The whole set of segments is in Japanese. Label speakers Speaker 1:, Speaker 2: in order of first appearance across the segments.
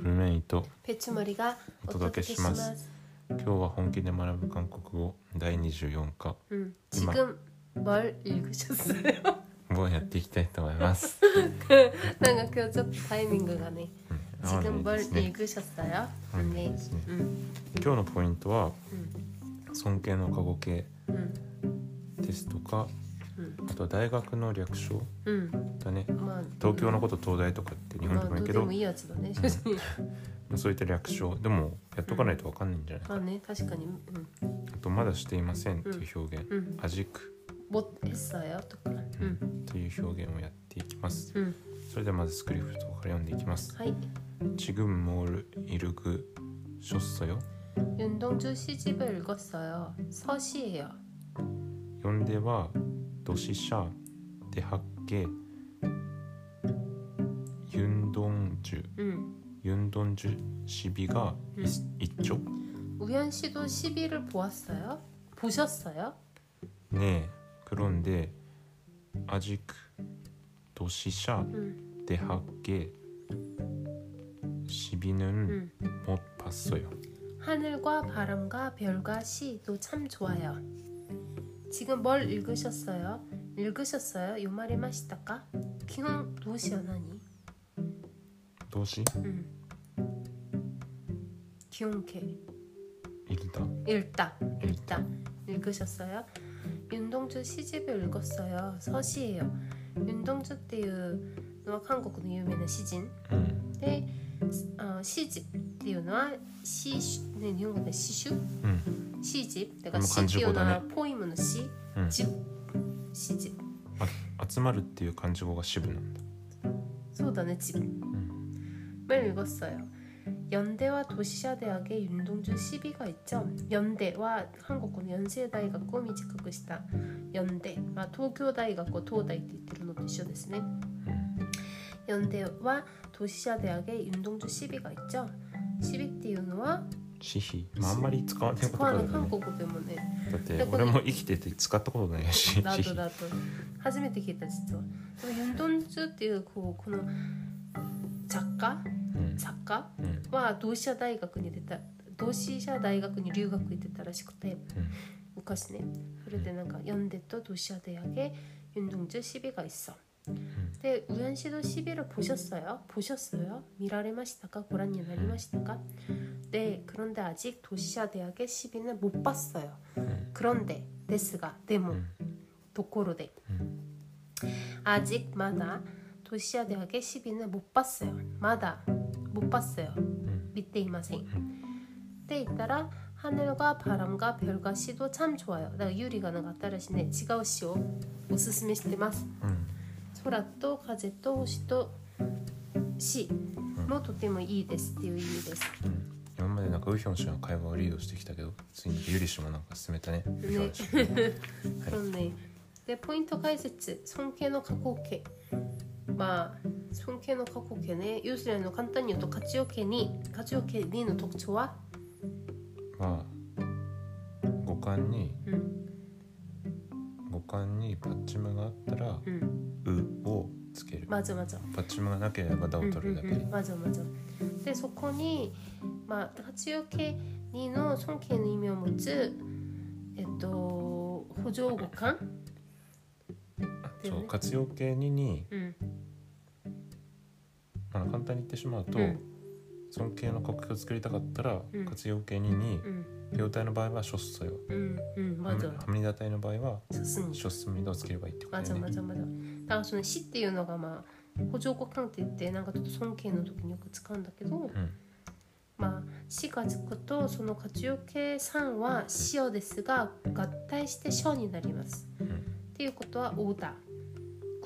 Speaker 1: ニと
Speaker 2: ペチュモリが
Speaker 1: お届けします今日は本気で学ぶ韓国語第24課
Speaker 2: 음,
Speaker 1: 이만.
Speaker 2: 지금 뭘 읽으셨어요? 그,
Speaker 1: をやっていきたいと思います
Speaker 2: なんか今日ちょっとタイミングがね。 그 지금
Speaker 1: で
Speaker 2: 뭘
Speaker 1: すね
Speaker 2: 읽으셨어요?
Speaker 1: 네. 아, 네,
Speaker 2: 네.
Speaker 1: 됐습니다.
Speaker 2: 음,
Speaker 1: 今日のポイントは
Speaker 2: 음,
Speaker 1: 尊敬の過去形
Speaker 2: 음,
Speaker 1: ですとか
Speaker 2: 음,
Speaker 1: あとは大学の略称
Speaker 2: 음.
Speaker 1: だね
Speaker 2: 뭐,
Speaker 1: 東京のこと東大とかって日本
Speaker 2: 뭐,
Speaker 1: でも言うけど、
Speaker 2: 노잼 이 여자네. 조심히.
Speaker 1: まあそういった略称でもやっとかないとわかんないんじゃないか、
Speaker 2: 아, 네. 確かに. 음,
Speaker 1: あとまだしていませんっていう表現、
Speaker 2: 음.
Speaker 1: アジク
Speaker 2: 못 했어요. 또.
Speaker 1: うん
Speaker 2: 음,
Speaker 1: という表現をやっていきます、
Speaker 2: 음.
Speaker 1: それではまずスクリプトから読んでいきます
Speaker 2: 하이.
Speaker 1: 지금 뭘 이루고 셨어요?
Speaker 2: 윤동주 시집을 읽었어요. 서시예요.
Speaker 1: 연대와 도시샤 대학계 윤동주
Speaker 2: 음.
Speaker 1: 윤동주 시비가
Speaker 2: 음.
Speaker 1: 있, 있죠?
Speaker 2: 우현 씨도 시비를 보았어요? 보셨어요?
Speaker 1: 네 그런데 아직 도시샤
Speaker 2: 음,
Speaker 1: 대학계 시비는
Speaker 2: 음.
Speaker 1: 못 봤어요
Speaker 2: 하늘과 바람과 별과 시도 참 좋아요. 지금 뭘 읽으셨어요? 읽으셨어요? 요말이 맛있다까? 기능 도시연하니?
Speaker 1: 도시
Speaker 2: 음. 기용케
Speaker 1: 일다
Speaker 2: 읽다 읽다 읽으셨어요? 윤동주 시집을 읽었어요. 서시예요. 윤동주 때의 한국 유명한 시진 네, 어,
Speaker 1: 음,
Speaker 2: で、あシージっていうのはシーシュ、ね、日本語で詩集、シージだか
Speaker 1: も
Speaker 2: ら
Speaker 1: う
Speaker 2: 詩っていうの
Speaker 1: 漢字
Speaker 2: は
Speaker 1: 語
Speaker 2: ポイムの詩、
Speaker 1: 음.
Speaker 2: ジシージ
Speaker 1: 아, 集まるっていう漢字語が支部なんだ、
Speaker 2: そうだねジ
Speaker 1: うん
Speaker 2: 을 읽었어요 연대와 도시아 대학의 윤동주 시비가 있죠 연대와 한국은 연세대가 꿈이 지극시다 연대 아 도쿄대학과 도다이って言ってるのと一緒ですね
Speaker 1: うん
Speaker 2: 연대와 도시아 대학의 윤동주 시비가 있죠 시비 っていうのは
Speaker 1: 私費、まあ、あんまり使わない言
Speaker 2: これ
Speaker 1: 葉だ
Speaker 2: は
Speaker 1: よ
Speaker 2: ね韓
Speaker 1: ね
Speaker 2: 国でもね
Speaker 1: だって俺も生きてて使ったことないし
Speaker 2: ラ
Speaker 1: 私
Speaker 2: ド
Speaker 1: 費
Speaker 2: ラド初めて聞いた実はでもユンドンジュっていうこうこの作家
Speaker 1: うん
Speaker 2: 作家
Speaker 1: うん
Speaker 2: は同志社大学に出た同志社大学に留学行ってたらしくて昔ねそれでなんか読んでと同志社大学へユンドンジュシビが있어で、ウヤンシドシビル보셨어요 보셨어요見られましたかご覧になりましたかで、그런데아직도시아대학의シビ는못봤어요
Speaker 1: うんうん
Speaker 2: 그런데ですがでも、ところで、あじまだ도시아대학의 시비는 못 봤어요.まだ못 봤어요.
Speaker 1: うん
Speaker 2: 믿때いません。で言ったら하늘과바람과별과시도참좋아요。だからユリがなんか新しいね違う詩をおすすめしてます。空と風と星と詩もとてもいいですっていう意味です。
Speaker 1: うん今までなんかウヒョン氏の会話をリードしてきたけどついにユリ氏もなんか進めたねウヒョン氏
Speaker 2: 그렇네. 네, 포인트 가이세츠 손케노 카코케. 마 손케노 카코케네. 요스레노 간단히 또 가치오케니 가치오케니의 독초와
Speaker 1: は五感に
Speaker 2: 음,
Speaker 1: 五感にパッチムがあったら「
Speaker 2: 음.
Speaker 1: う」をつける
Speaker 2: 맞아 맞아.
Speaker 1: パッチムがなければ「だ」を
Speaker 2: 음,
Speaker 1: 取る
Speaker 2: 음,
Speaker 1: だけ
Speaker 2: 음, 맞아 맞아. 근데 소코니 마 가치오케니노 손케의 의미모츠 에또 호조고칸
Speaker 1: そう活用形にに、
Speaker 2: 음,
Speaker 1: まあ、簡単に言ってしまうと、
Speaker 2: 음,
Speaker 1: 尊敬の国境を作りたかったら
Speaker 2: うん
Speaker 1: 活用形にに
Speaker 2: 음,
Speaker 1: 病態の場合は「しょっそよ」
Speaker 2: 음, 음,
Speaker 1: ハ
Speaker 2: 맞아.
Speaker 1: ミダ体の場合は
Speaker 2: 좋습니다.
Speaker 1: しょっすみだをつければいいってことだ
Speaker 2: 맞아
Speaker 1: よね
Speaker 2: 맞아 맞아. 나かその死っていうのがまあ補助語関係ってなんかちょっと尊敬の時によく使うんだけど、
Speaker 1: うん
Speaker 2: まあ死がつくとその活用形さんは塩ですが合体して書になります。
Speaker 1: うん
Speaker 2: っていうことはオーダー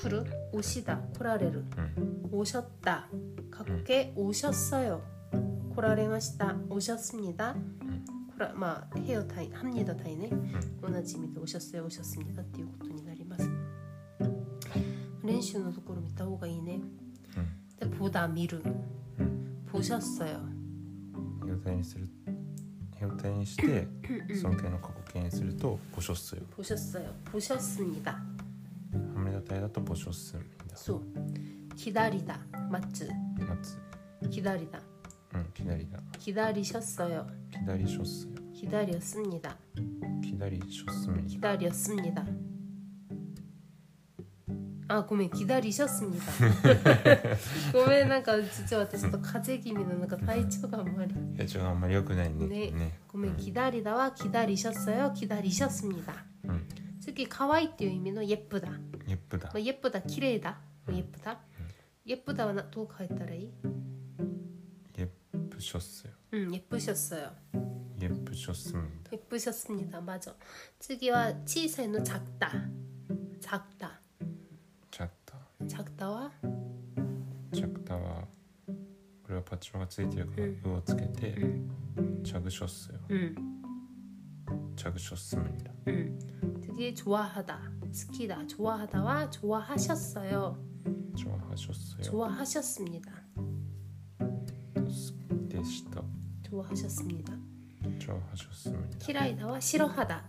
Speaker 2: 来る押しだ来られる
Speaker 1: うん
Speaker 2: 오셨다過去形오셨어요来られました오셨습니다
Speaker 1: ん
Speaker 2: こらまあヘオ単位합니다単位ね
Speaker 1: ん
Speaker 2: 同じ意味で오셨어요오셨습니다っていうことになります練習のところ見た方がいいねで보다見る보셨어요
Speaker 1: 病態にする病態にして尊敬の過去形にすると「ぼしょっすよ
Speaker 2: 보셨어요보셨습니다」
Speaker 1: ハミダ体だと「ぼしょっすみだ」
Speaker 2: そう기다리다待つ
Speaker 1: 「待つ」
Speaker 2: 기다리다
Speaker 1: 응 기다리다
Speaker 2: 기다리셨어요.
Speaker 1: 기다리셨어요
Speaker 2: 기다렸습니다.
Speaker 1: 기다리셨습니다
Speaker 2: 기다렸습니다. 아,ごめん、기다리셨습니다 ごめん、なんか、実は私ちょっと風邪気味の、なんか体調があんまり。
Speaker 1: 예, 제가 아마 기억이 나네
Speaker 2: 네.
Speaker 1: 네
Speaker 2: ごめん、기다리다は기다리셨어요、기다리셨습니다。
Speaker 1: 응
Speaker 2: 次、可愛いっていう意味の예쁘다。
Speaker 1: 예쁘다
Speaker 2: まあ、예쁘다、綺麗だ。예쁘다。예쁘다はな、どう書いたらいい
Speaker 1: 예쁘셨어요
Speaker 2: うん、예쁘셨어요。
Speaker 1: 예쁘셨습니다
Speaker 2: 예쁘셨습니다。まず、次は、小さいの작다。작다。
Speaker 1: 작다
Speaker 2: 작다は
Speaker 1: 작다와 우리가 받침어가
Speaker 2: うん
Speaker 1: ついてるからをつけて
Speaker 2: うん。
Speaker 1: 작으셨어요
Speaker 2: うん。
Speaker 1: 작으셨습니다
Speaker 2: 음. 되게 좋아하다, 스키다, 좋아하다와 좋아하셨어요,
Speaker 1: 좋아하셨어요
Speaker 2: 좋아하셨습니다,
Speaker 1: 데시다
Speaker 2: 좋아하셨습니다.
Speaker 1: 좋아하셨습니다
Speaker 2: 키라이다와 싫어하다,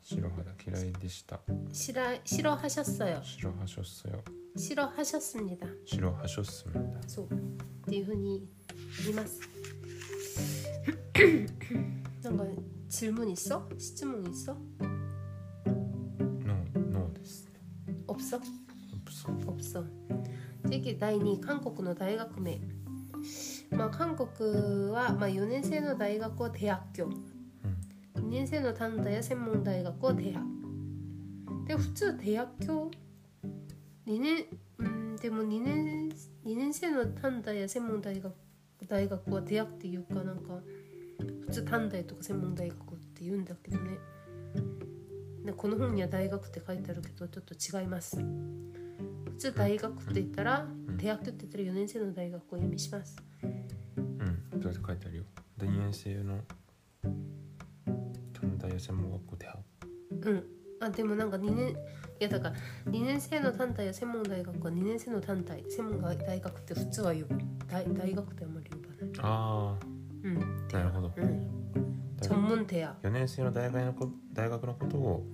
Speaker 1: 싫어하다 기라이 데시다
Speaker 2: 싫어 싫어하셨어요,
Speaker 1: 싫어하셨어요
Speaker 2: 싫어하셨습니다.
Speaker 1: 싫어하셨습니다
Speaker 2: 소, 니훈이 이마스. 뭔가 질문 있어? 시즈문 있어?
Speaker 1: No, no です
Speaker 2: 없어?
Speaker 1: 없어
Speaker 2: 없어. 되게 第2韓国の大学名。まあ韓国はまあ4年生の大学を대학교。
Speaker 1: 응.
Speaker 2: 2年生の短大や専門大学を대학で普通대학교2年うんでも2年2年生の短大や専門大学大学は대학っていうかなんか普通短大とか専門大学って言うんだけどねでこの本には大学って書いてあるけどちょっと違います普通大学って言ったら대학교って言ったら4年生の大学を意味します
Speaker 1: 응, 저한테 가야 돼요. 내년생의 단다의 생물학고 대학.
Speaker 2: うんあでもなんか2年いやだから2年生の単体や専門大学は2年生の単体専門大学って普通は呼ぶ大大学ってあんまり呼ばない
Speaker 1: 아,
Speaker 2: うん
Speaker 1: なるほど
Speaker 2: う。ん전문대학
Speaker 1: 연예생의 대학의 대학의 것도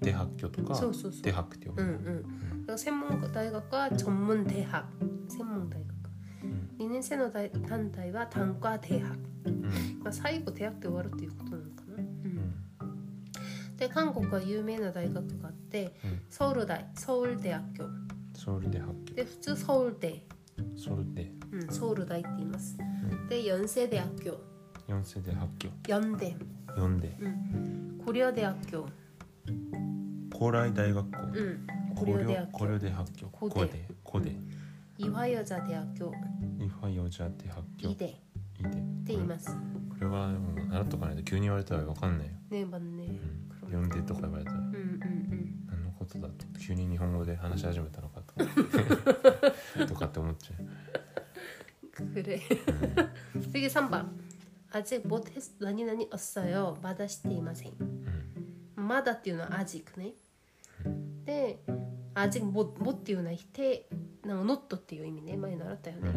Speaker 1: 대학교
Speaker 2: そ
Speaker 1: とか
Speaker 2: うそうそう
Speaker 1: 대학교.
Speaker 2: うんうんだから専門大学は전문大学専門大学
Speaker 1: ん
Speaker 2: 2年生の大単体は単科大学、
Speaker 1: 응,
Speaker 2: まあ、最後大学で終わるっていうことなのかな、うん
Speaker 1: 응,
Speaker 2: で韓国は有名な大学があって、
Speaker 1: うん
Speaker 2: ソウル大ソウル大学
Speaker 1: 서울 대학교,
Speaker 2: で普通ソウル大
Speaker 1: 서울 대,
Speaker 2: うん、ソウル大って言います
Speaker 1: う。
Speaker 2: で、연세대학교、
Speaker 1: 연세 대학교,
Speaker 2: 연대、
Speaker 1: 연대,
Speaker 2: 고려 대학교,
Speaker 1: 고라이 대학교,
Speaker 2: 응, 고려
Speaker 1: 고려 고려
Speaker 2: 대학교,
Speaker 1: 대학교,
Speaker 2: 고대.
Speaker 1: 고대, 고대,
Speaker 2: 이화 여자 대학교,
Speaker 1: 이화 여자 대학교, 이대.
Speaker 2: 이대って言います。
Speaker 1: 그래가 알았던 거 아닌데 괜히 말했다가 이거 갔네요.
Speaker 2: ね、맞네
Speaker 1: 응,
Speaker 2: 그럼.
Speaker 1: 음. 연대 또 가봐야 돼.
Speaker 2: うんうん
Speaker 1: 何のことだと急に日本語で話し始めたのかとか とかって思っちゃう。
Speaker 2: うん。그래 次3番。 음. 아직못했나니나니었어요。まだしていません。まだっていうのはあじくね。で、あじももっていうのは否定、なんか not っていう意味ね。前習ったよ
Speaker 1: う
Speaker 2: ね。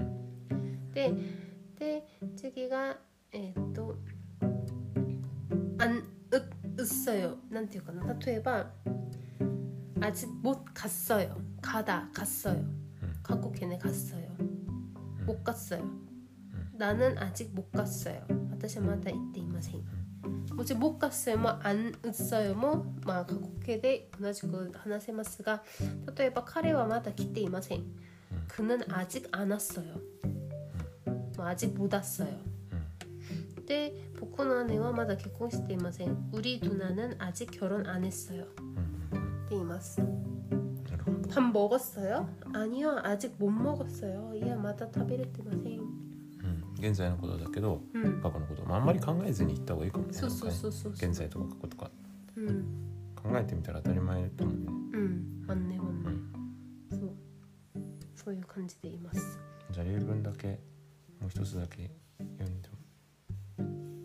Speaker 1: ん、
Speaker 2: でで次がえーっと「あんううっそよ」なんていうかな例えば「あじ못갔어요」「가다갔어요」「過去形ね갔어요」「못갔어요」「나는아직못갔어요」「私はまだ行っていません」もちろん「못갔어요」も「안웃어요」もまあ過去形で同じく話せますが例えば「彼はまだ来ていません」「그는아직안왔어요」 まあ、아직못왔어요
Speaker 1: うん、
Speaker 2: で僕の姉はまだ結婚していません。우리누나는아직결혼안했어요
Speaker 1: うん、
Speaker 2: って言います。
Speaker 1: なるほど。
Speaker 2: 밥먹었어요아니요아직못먹었어요이야まだ食べれてませ
Speaker 1: う
Speaker 2: ん。
Speaker 1: ん、現在のことだけど
Speaker 2: うん。
Speaker 1: 過去のこと、まあ、あんまり考えずに言った方がいいかもね。
Speaker 2: そうそうそうそう。
Speaker 1: 現在とか過去とか
Speaker 2: うん。
Speaker 1: 考えてみたら当たり前だと思うね。
Speaker 2: うん。まんねまん
Speaker 1: う
Speaker 2: ね。
Speaker 1: ん、
Speaker 2: そう。そういう感じで言います。
Speaker 1: じゃあ例文だけもう一つだけ読んでも。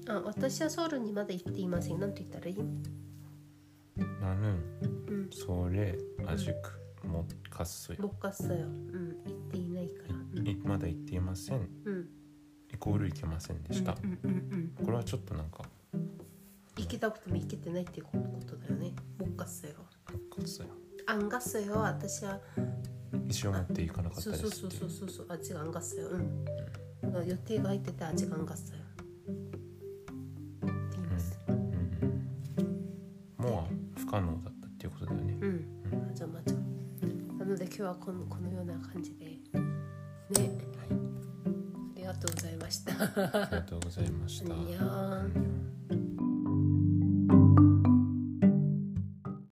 Speaker 2: あ、私はソウルにまだ行っていません。なんて言ったらいい？う
Speaker 1: 나는
Speaker 2: ん。
Speaker 1: それ아직못갔어요。
Speaker 2: 못갔어요。うん。行っていないから。うん。
Speaker 1: いまだ行っていません。
Speaker 2: うん。
Speaker 1: イコール行けませんで
Speaker 2: う
Speaker 1: し
Speaker 2: ん
Speaker 1: た。
Speaker 2: うんうんうん。
Speaker 1: これはちょっとなんか
Speaker 2: 行けたくても行けてないっていうことだよね。못갔어요。
Speaker 1: 못갔어요。
Speaker 2: 안 갔어요.私は
Speaker 1: 意思を持って行かなかっ
Speaker 2: そ
Speaker 1: た
Speaker 2: う
Speaker 1: です
Speaker 2: そう
Speaker 1: ってい
Speaker 2: そうそうそうそう。あ、違う、안 갔어요. 응. 뭔가予定が入ってて아직 안 갔어요.って言います。
Speaker 1: うんもう不可能だったっていうことだよね
Speaker 2: うん、まじゃまじゃ。なので今日はこのこのような感じでね、ありがとうございました。
Speaker 1: ありがとうございまし
Speaker 2: あ
Speaker 1: た
Speaker 2: にゃーん。
Speaker 1: 안녕.